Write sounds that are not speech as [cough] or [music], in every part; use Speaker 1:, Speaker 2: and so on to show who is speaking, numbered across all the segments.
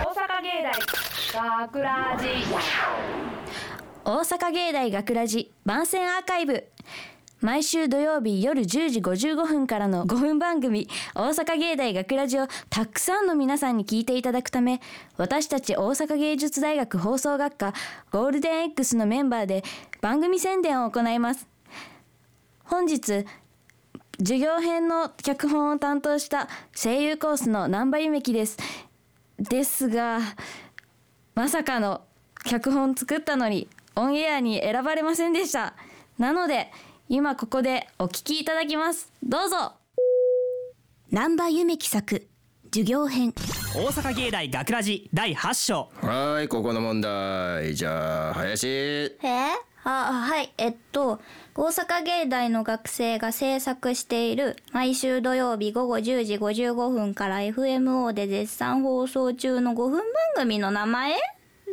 Speaker 1: 大学ラジ
Speaker 2: 大阪芸大学ラジ番宣アーカイブ毎週土曜日夜10時55分からの5分番組「大阪芸大学ラジをたくさんの皆さんに聞いていただくため私たち大阪芸術大学放送学科ゴールデン X のメンバーで番組宣伝を行います本日授業編の脚本を担当した声優コースの難波ゆめきですですがまさかの脚本作ったのにオンエアに選ばれませんでしたなので今ここでお聞きいただきますどうぞ
Speaker 3: 南波夢樹作授業編
Speaker 4: 大阪芸大学ラジ第8章
Speaker 5: はーいここの問題じゃあ林
Speaker 6: えーあはいえっと大阪芸大の学生が制作している毎週土曜日午後10時55分から FMO で絶賛放送中の5分番組の名前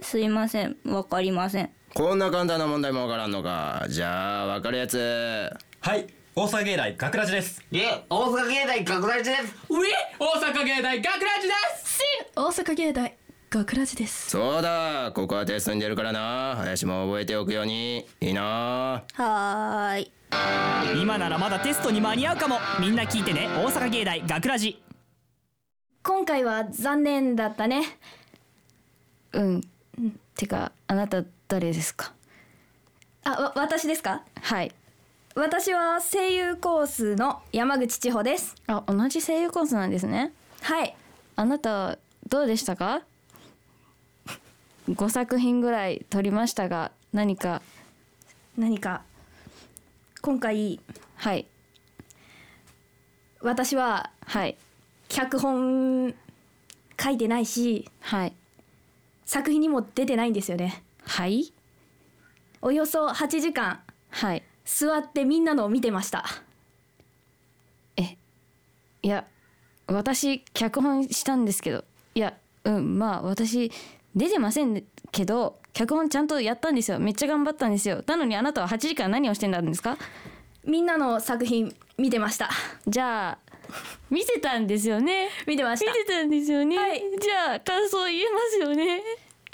Speaker 6: すいませんわかりません
Speaker 5: こんな簡単な問題もわからんのかじゃあわかるやつ
Speaker 7: はい大阪芸大学ラジです
Speaker 8: いえ大阪芸大学ラジです
Speaker 9: 大阪芸大学ラジです
Speaker 5: そうだここは手進んでるからな林も覚えておくようにいいな
Speaker 6: はーい
Speaker 4: 今ならまだテストに間に合うかもみんな聞いてね大阪芸大学ラジ
Speaker 2: 今回は残念だったねうんてかあなた誰ですか
Speaker 1: あわ私ですか
Speaker 2: はい
Speaker 1: 私は声優コースの山口千穂です
Speaker 2: あ同じ声優コースなんですね
Speaker 1: はい
Speaker 2: あなたどうでしたか5作品ぐらい撮りましたが何か
Speaker 1: 何か今回
Speaker 2: はい
Speaker 1: 私は
Speaker 2: はい
Speaker 1: 脚本書いてないし
Speaker 2: はい
Speaker 1: 作品にも出てないんですよね
Speaker 2: はい
Speaker 1: およそ8時間
Speaker 2: はい
Speaker 1: 座ってみんなのを見てました
Speaker 2: いや私脚本したんですけどいやうんまあ私出てませんけど脚本ちゃんとやったんですよめっちゃ頑張ったんですよなのにあなたは8時間何をしてたんですか
Speaker 1: みんなの作品見てました
Speaker 2: じゃあ見せたんですよね
Speaker 1: 見てま
Speaker 2: 見
Speaker 1: した
Speaker 2: てたんですよね、
Speaker 1: はい
Speaker 2: じゃあ感想言えますよね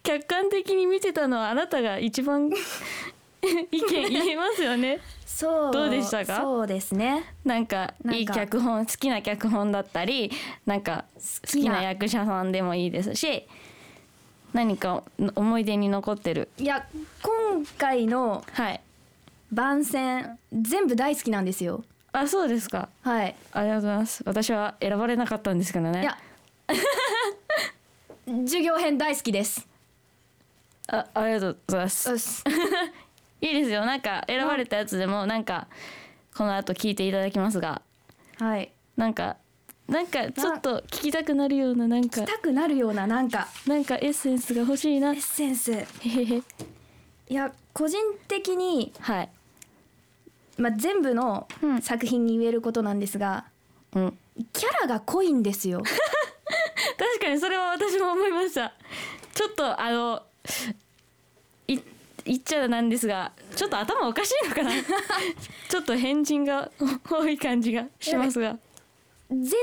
Speaker 2: 客観的に見てたのはあなたが一番 [laughs] 意見言えますよね
Speaker 1: そう
Speaker 2: どうでしたか
Speaker 1: そうですね
Speaker 2: なんか
Speaker 1: なんか
Speaker 2: いい脚本好きな脚本だったりなんか好きな役者さんでもいいですし何か思い出に残ってる
Speaker 1: いや今回の
Speaker 2: はい
Speaker 1: 番宣全部大好きなんですよ
Speaker 2: あそうですか
Speaker 1: はい
Speaker 2: ありがとうございます私は選ばれなかったんですけどね
Speaker 1: いや [laughs] 授業編大好きです
Speaker 2: あありがとうございます
Speaker 1: よし
Speaker 2: いいですよなんか選ばれたやつでもなんかこの後聞いていただきますが
Speaker 1: はい
Speaker 2: なんかなんかちょっと聞きたくなるようななんか
Speaker 1: したくなるようななんか
Speaker 2: なんかエッセンスが欲しいな
Speaker 1: エッセン [laughs] ス
Speaker 2: へへへ
Speaker 1: いや個人的に、
Speaker 2: はい
Speaker 1: まあ、全部の
Speaker 2: うん
Speaker 1: 作品に言えることなんですが、
Speaker 2: うん
Speaker 1: キャラが濃いんで
Speaker 2: [laughs]
Speaker 1: すよ
Speaker 2: 確かにそれは私も思いましたちょっとあのい言っちゃなんですがちょっと頭おかしいのか [laughs] なちょっと変人が多い感じがしますが
Speaker 1: 全体合わ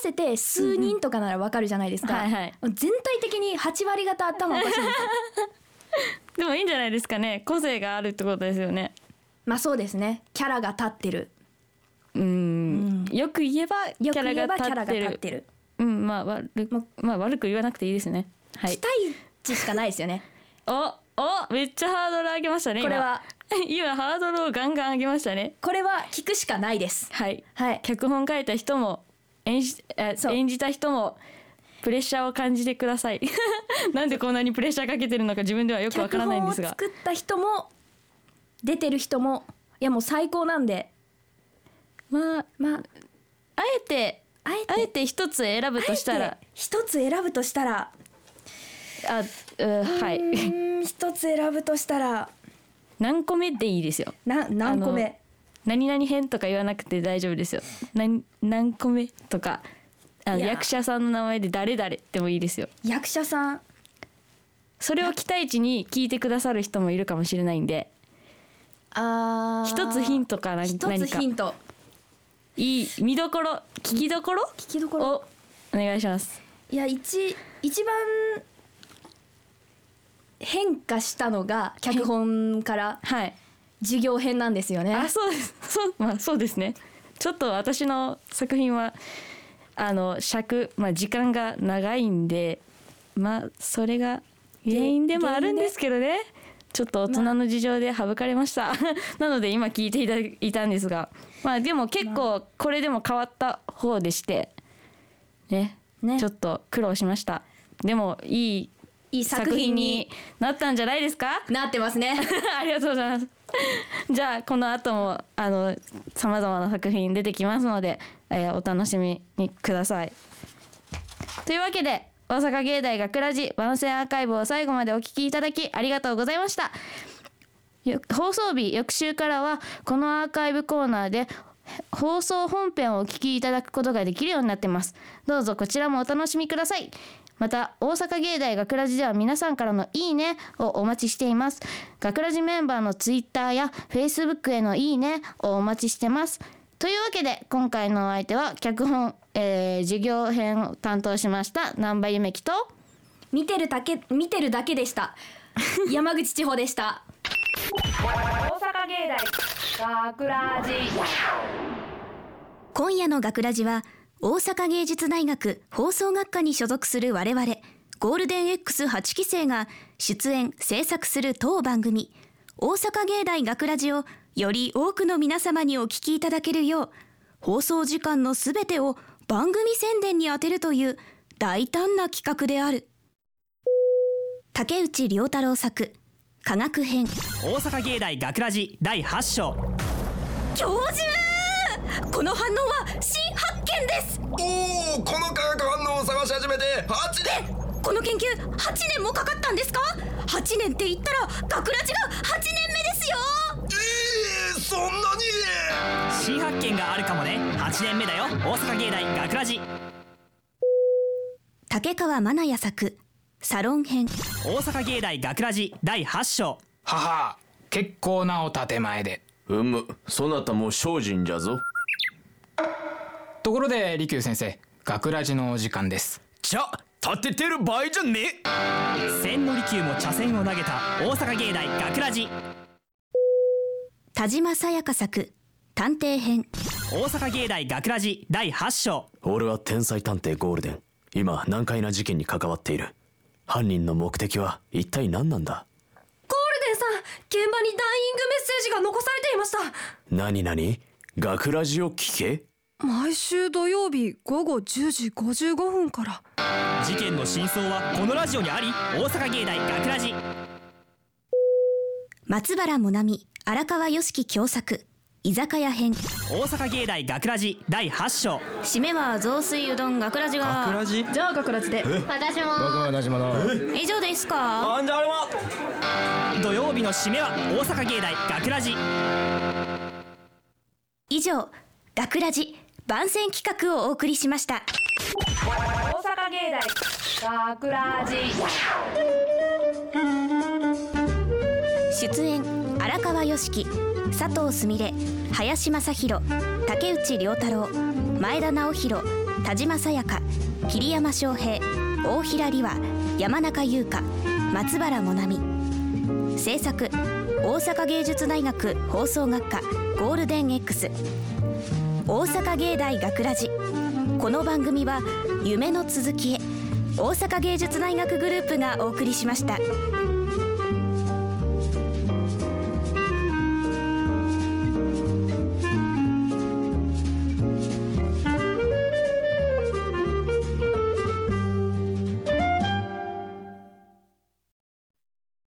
Speaker 1: せて数人とかならわかるじゃないですか、
Speaker 2: はいはい
Speaker 1: 全体的に8割方頭おかしいんです
Speaker 2: [laughs] で
Speaker 1: よ
Speaker 2: もいいんじゃないですかね個性があるってことですよね
Speaker 1: まあそうですねキャラが立ってる
Speaker 2: うんよく言えばキ
Speaker 1: よく
Speaker 2: ャ
Speaker 1: 言え
Speaker 2: ラ
Speaker 1: ばキャ
Speaker 2: が
Speaker 1: ラが
Speaker 2: 立
Speaker 1: 立
Speaker 2: っ
Speaker 1: って
Speaker 2: てる
Speaker 1: る
Speaker 2: うんまあ悪まあ悪く言わなくていいですねはい
Speaker 1: 期待値しかないですよね
Speaker 2: おおめっちゃハードル上げましたね今
Speaker 1: これは
Speaker 2: 今 [laughs] ハードルをガンガン上げましたね
Speaker 1: これは聞くしかないです
Speaker 2: はい
Speaker 1: はい
Speaker 2: 脚本書いた人も演じあ
Speaker 1: そう
Speaker 2: 演じた人もプレッシャーを感じてください [laughs] なんでこんなにプレッシャーかけてるのか自分ではよくわか
Speaker 1: 脚
Speaker 2: らないん
Speaker 1: 本
Speaker 2: で
Speaker 1: を
Speaker 2: すが
Speaker 1: 作った人も出てる人もいやもう最高なんで
Speaker 2: まあ
Speaker 1: まあ
Speaker 2: あえて
Speaker 1: あえ
Speaker 2: あ
Speaker 1: て
Speaker 2: えて一つ選ぶとした
Speaker 1: あえ
Speaker 2: ら
Speaker 1: て一つ選ぶとしたら
Speaker 2: あうんはいう
Speaker 1: ーん一つ選ぶとしたら
Speaker 2: 何個目でいいですよ
Speaker 1: な何個目
Speaker 2: 何々編とか言わなくて大丈夫ですよ何何個目とかあの
Speaker 1: いや
Speaker 2: 役者さんの名前で誰々でもいいですよ
Speaker 1: 役者さん
Speaker 2: それを期待値に聞いてくださる人もいるかもしれないんで
Speaker 1: あ
Speaker 2: 一つヒン
Speaker 1: ト
Speaker 2: トか何
Speaker 1: 一
Speaker 2: 何
Speaker 1: つ
Speaker 2: か
Speaker 1: ヒント
Speaker 2: いい見どころ聞きどころ
Speaker 1: 聞きどころ
Speaker 2: をお願いします
Speaker 1: いや一一番変化したのが脚本から
Speaker 2: はい
Speaker 1: 授業編なんですよね
Speaker 2: あそうですそう [laughs] まあそうですねちょっと私の作品はあの尺まあ時間が長いんでまあそれが原因でもあるんですけどねちょっと大人の事情で省かれました、 [laughs] なので今聞いていたいたんですがまあでも結構これでも変わった方でしてね
Speaker 1: ね
Speaker 2: ちょっと苦労しましたでもい
Speaker 1: いい
Speaker 2: い作品になったんじゃないですか [laughs]
Speaker 1: なってますね
Speaker 2: ありがとうございます。じゃあこの後もあのさまざまな作品出てきますので、えーお楽しみにください。というわけで大阪芸大学ラジ番宣アーカイブを最後までお聞きいただきありがとうございました。よ放送日翌週からはこのアーカイブコーナーで放送本編をお聞きいただくことができるようになってますどうぞこちらもお楽しみくださいまた大阪芸大学ラジでは皆さんからのいいねをお待ちしています学ラジメンバーのツイッターやフェイスブックへのいいねをお待ちしてますというわけで今回のお相手は脚本、えー授業編を担当しました南波ゆめきと
Speaker 1: 見てるだけ見てるだけでした山口千穂でした
Speaker 3: 今夜の学ラジは大阪芸術大学放送学科に所属する我々ゴールデン X8 期生が出演制作する当番組大阪芸大学ラジをより多くの皆様にお聞きいただけるよう放送時間のすべてを番組宣伝に充てるという大胆な企画である竹内涼太郎作科学編
Speaker 4: 大阪芸大学ラジ第8章
Speaker 3: 教授この反応は新発見です
Speaker 5: おおこの化学反応を探し始めて8年
Speaker 3: この研究8年もかかったんですか8年って言ったら学ラジが8年目ですよ
Speaker 5: えー、そんなに
Speaker 4: 新発見があるかもね8年目だよ大阪芸大学ラジ
Speaker 3: 竹川真奈也作サロン編
Speaker 4: 大阪芸大学ラジ第8章
Speaker 10: 母結構なお建前で
Speaker 11: うむそなたも精進じゃぞ
Speaker 10: ところで利休先生学ラジのお時間です
Speaker 11: じゃ立ててる場合じゃねえ
Speaker 4: 千利休も茶筅を投げた大阪芸大学ラジ
Speaker 3: 田島さやか作探偵編
Speaker 4: 大阪芸大学ラジ第8章
Speaker 11: 俺は天才探偵ゴールデン今難解な事件に関わっている犯人の目的は一体何なんだ
Speaker 9: ゴールデンさん現場にダイイングメッセージが残されていました
Speaker 11: 何何学ラジを聞け
Speaker 9: 毎週土曜日午後10時55分から
Speaker 4: 事件の真相はこのラジオにあり大阪芸大学ラジ
Speaker 3: 松原もなみ荒川よしき共作居酒屋編
Speaker 4: 大阪芸大学ラジ第8章
Speaker 3: 締めは雑炊うどん学ラジが
Speaker 9: じゃあ学ラジで
Speaker 6: 私も
Speaker 5: 僕も同じもの
Speaker 3: 以上ですか
Speaker 7: あんじゃあれは
Speaker 4: 土曜日の締めは大阪芸大学ラジ
Speaker 3: 以上学ラジ番宣企画をお送りしました出演荒川良樹佐藤すみれ林正宏竹内涼太郎前田直弘田島さやか桐山翔平大平里和山中優香松原もなみ制作大阪芸術大学放送学科ゴールデン X 大阪芸大学ラジこの番組は夢の続きへ大阪芸術大学グループがお送りしました。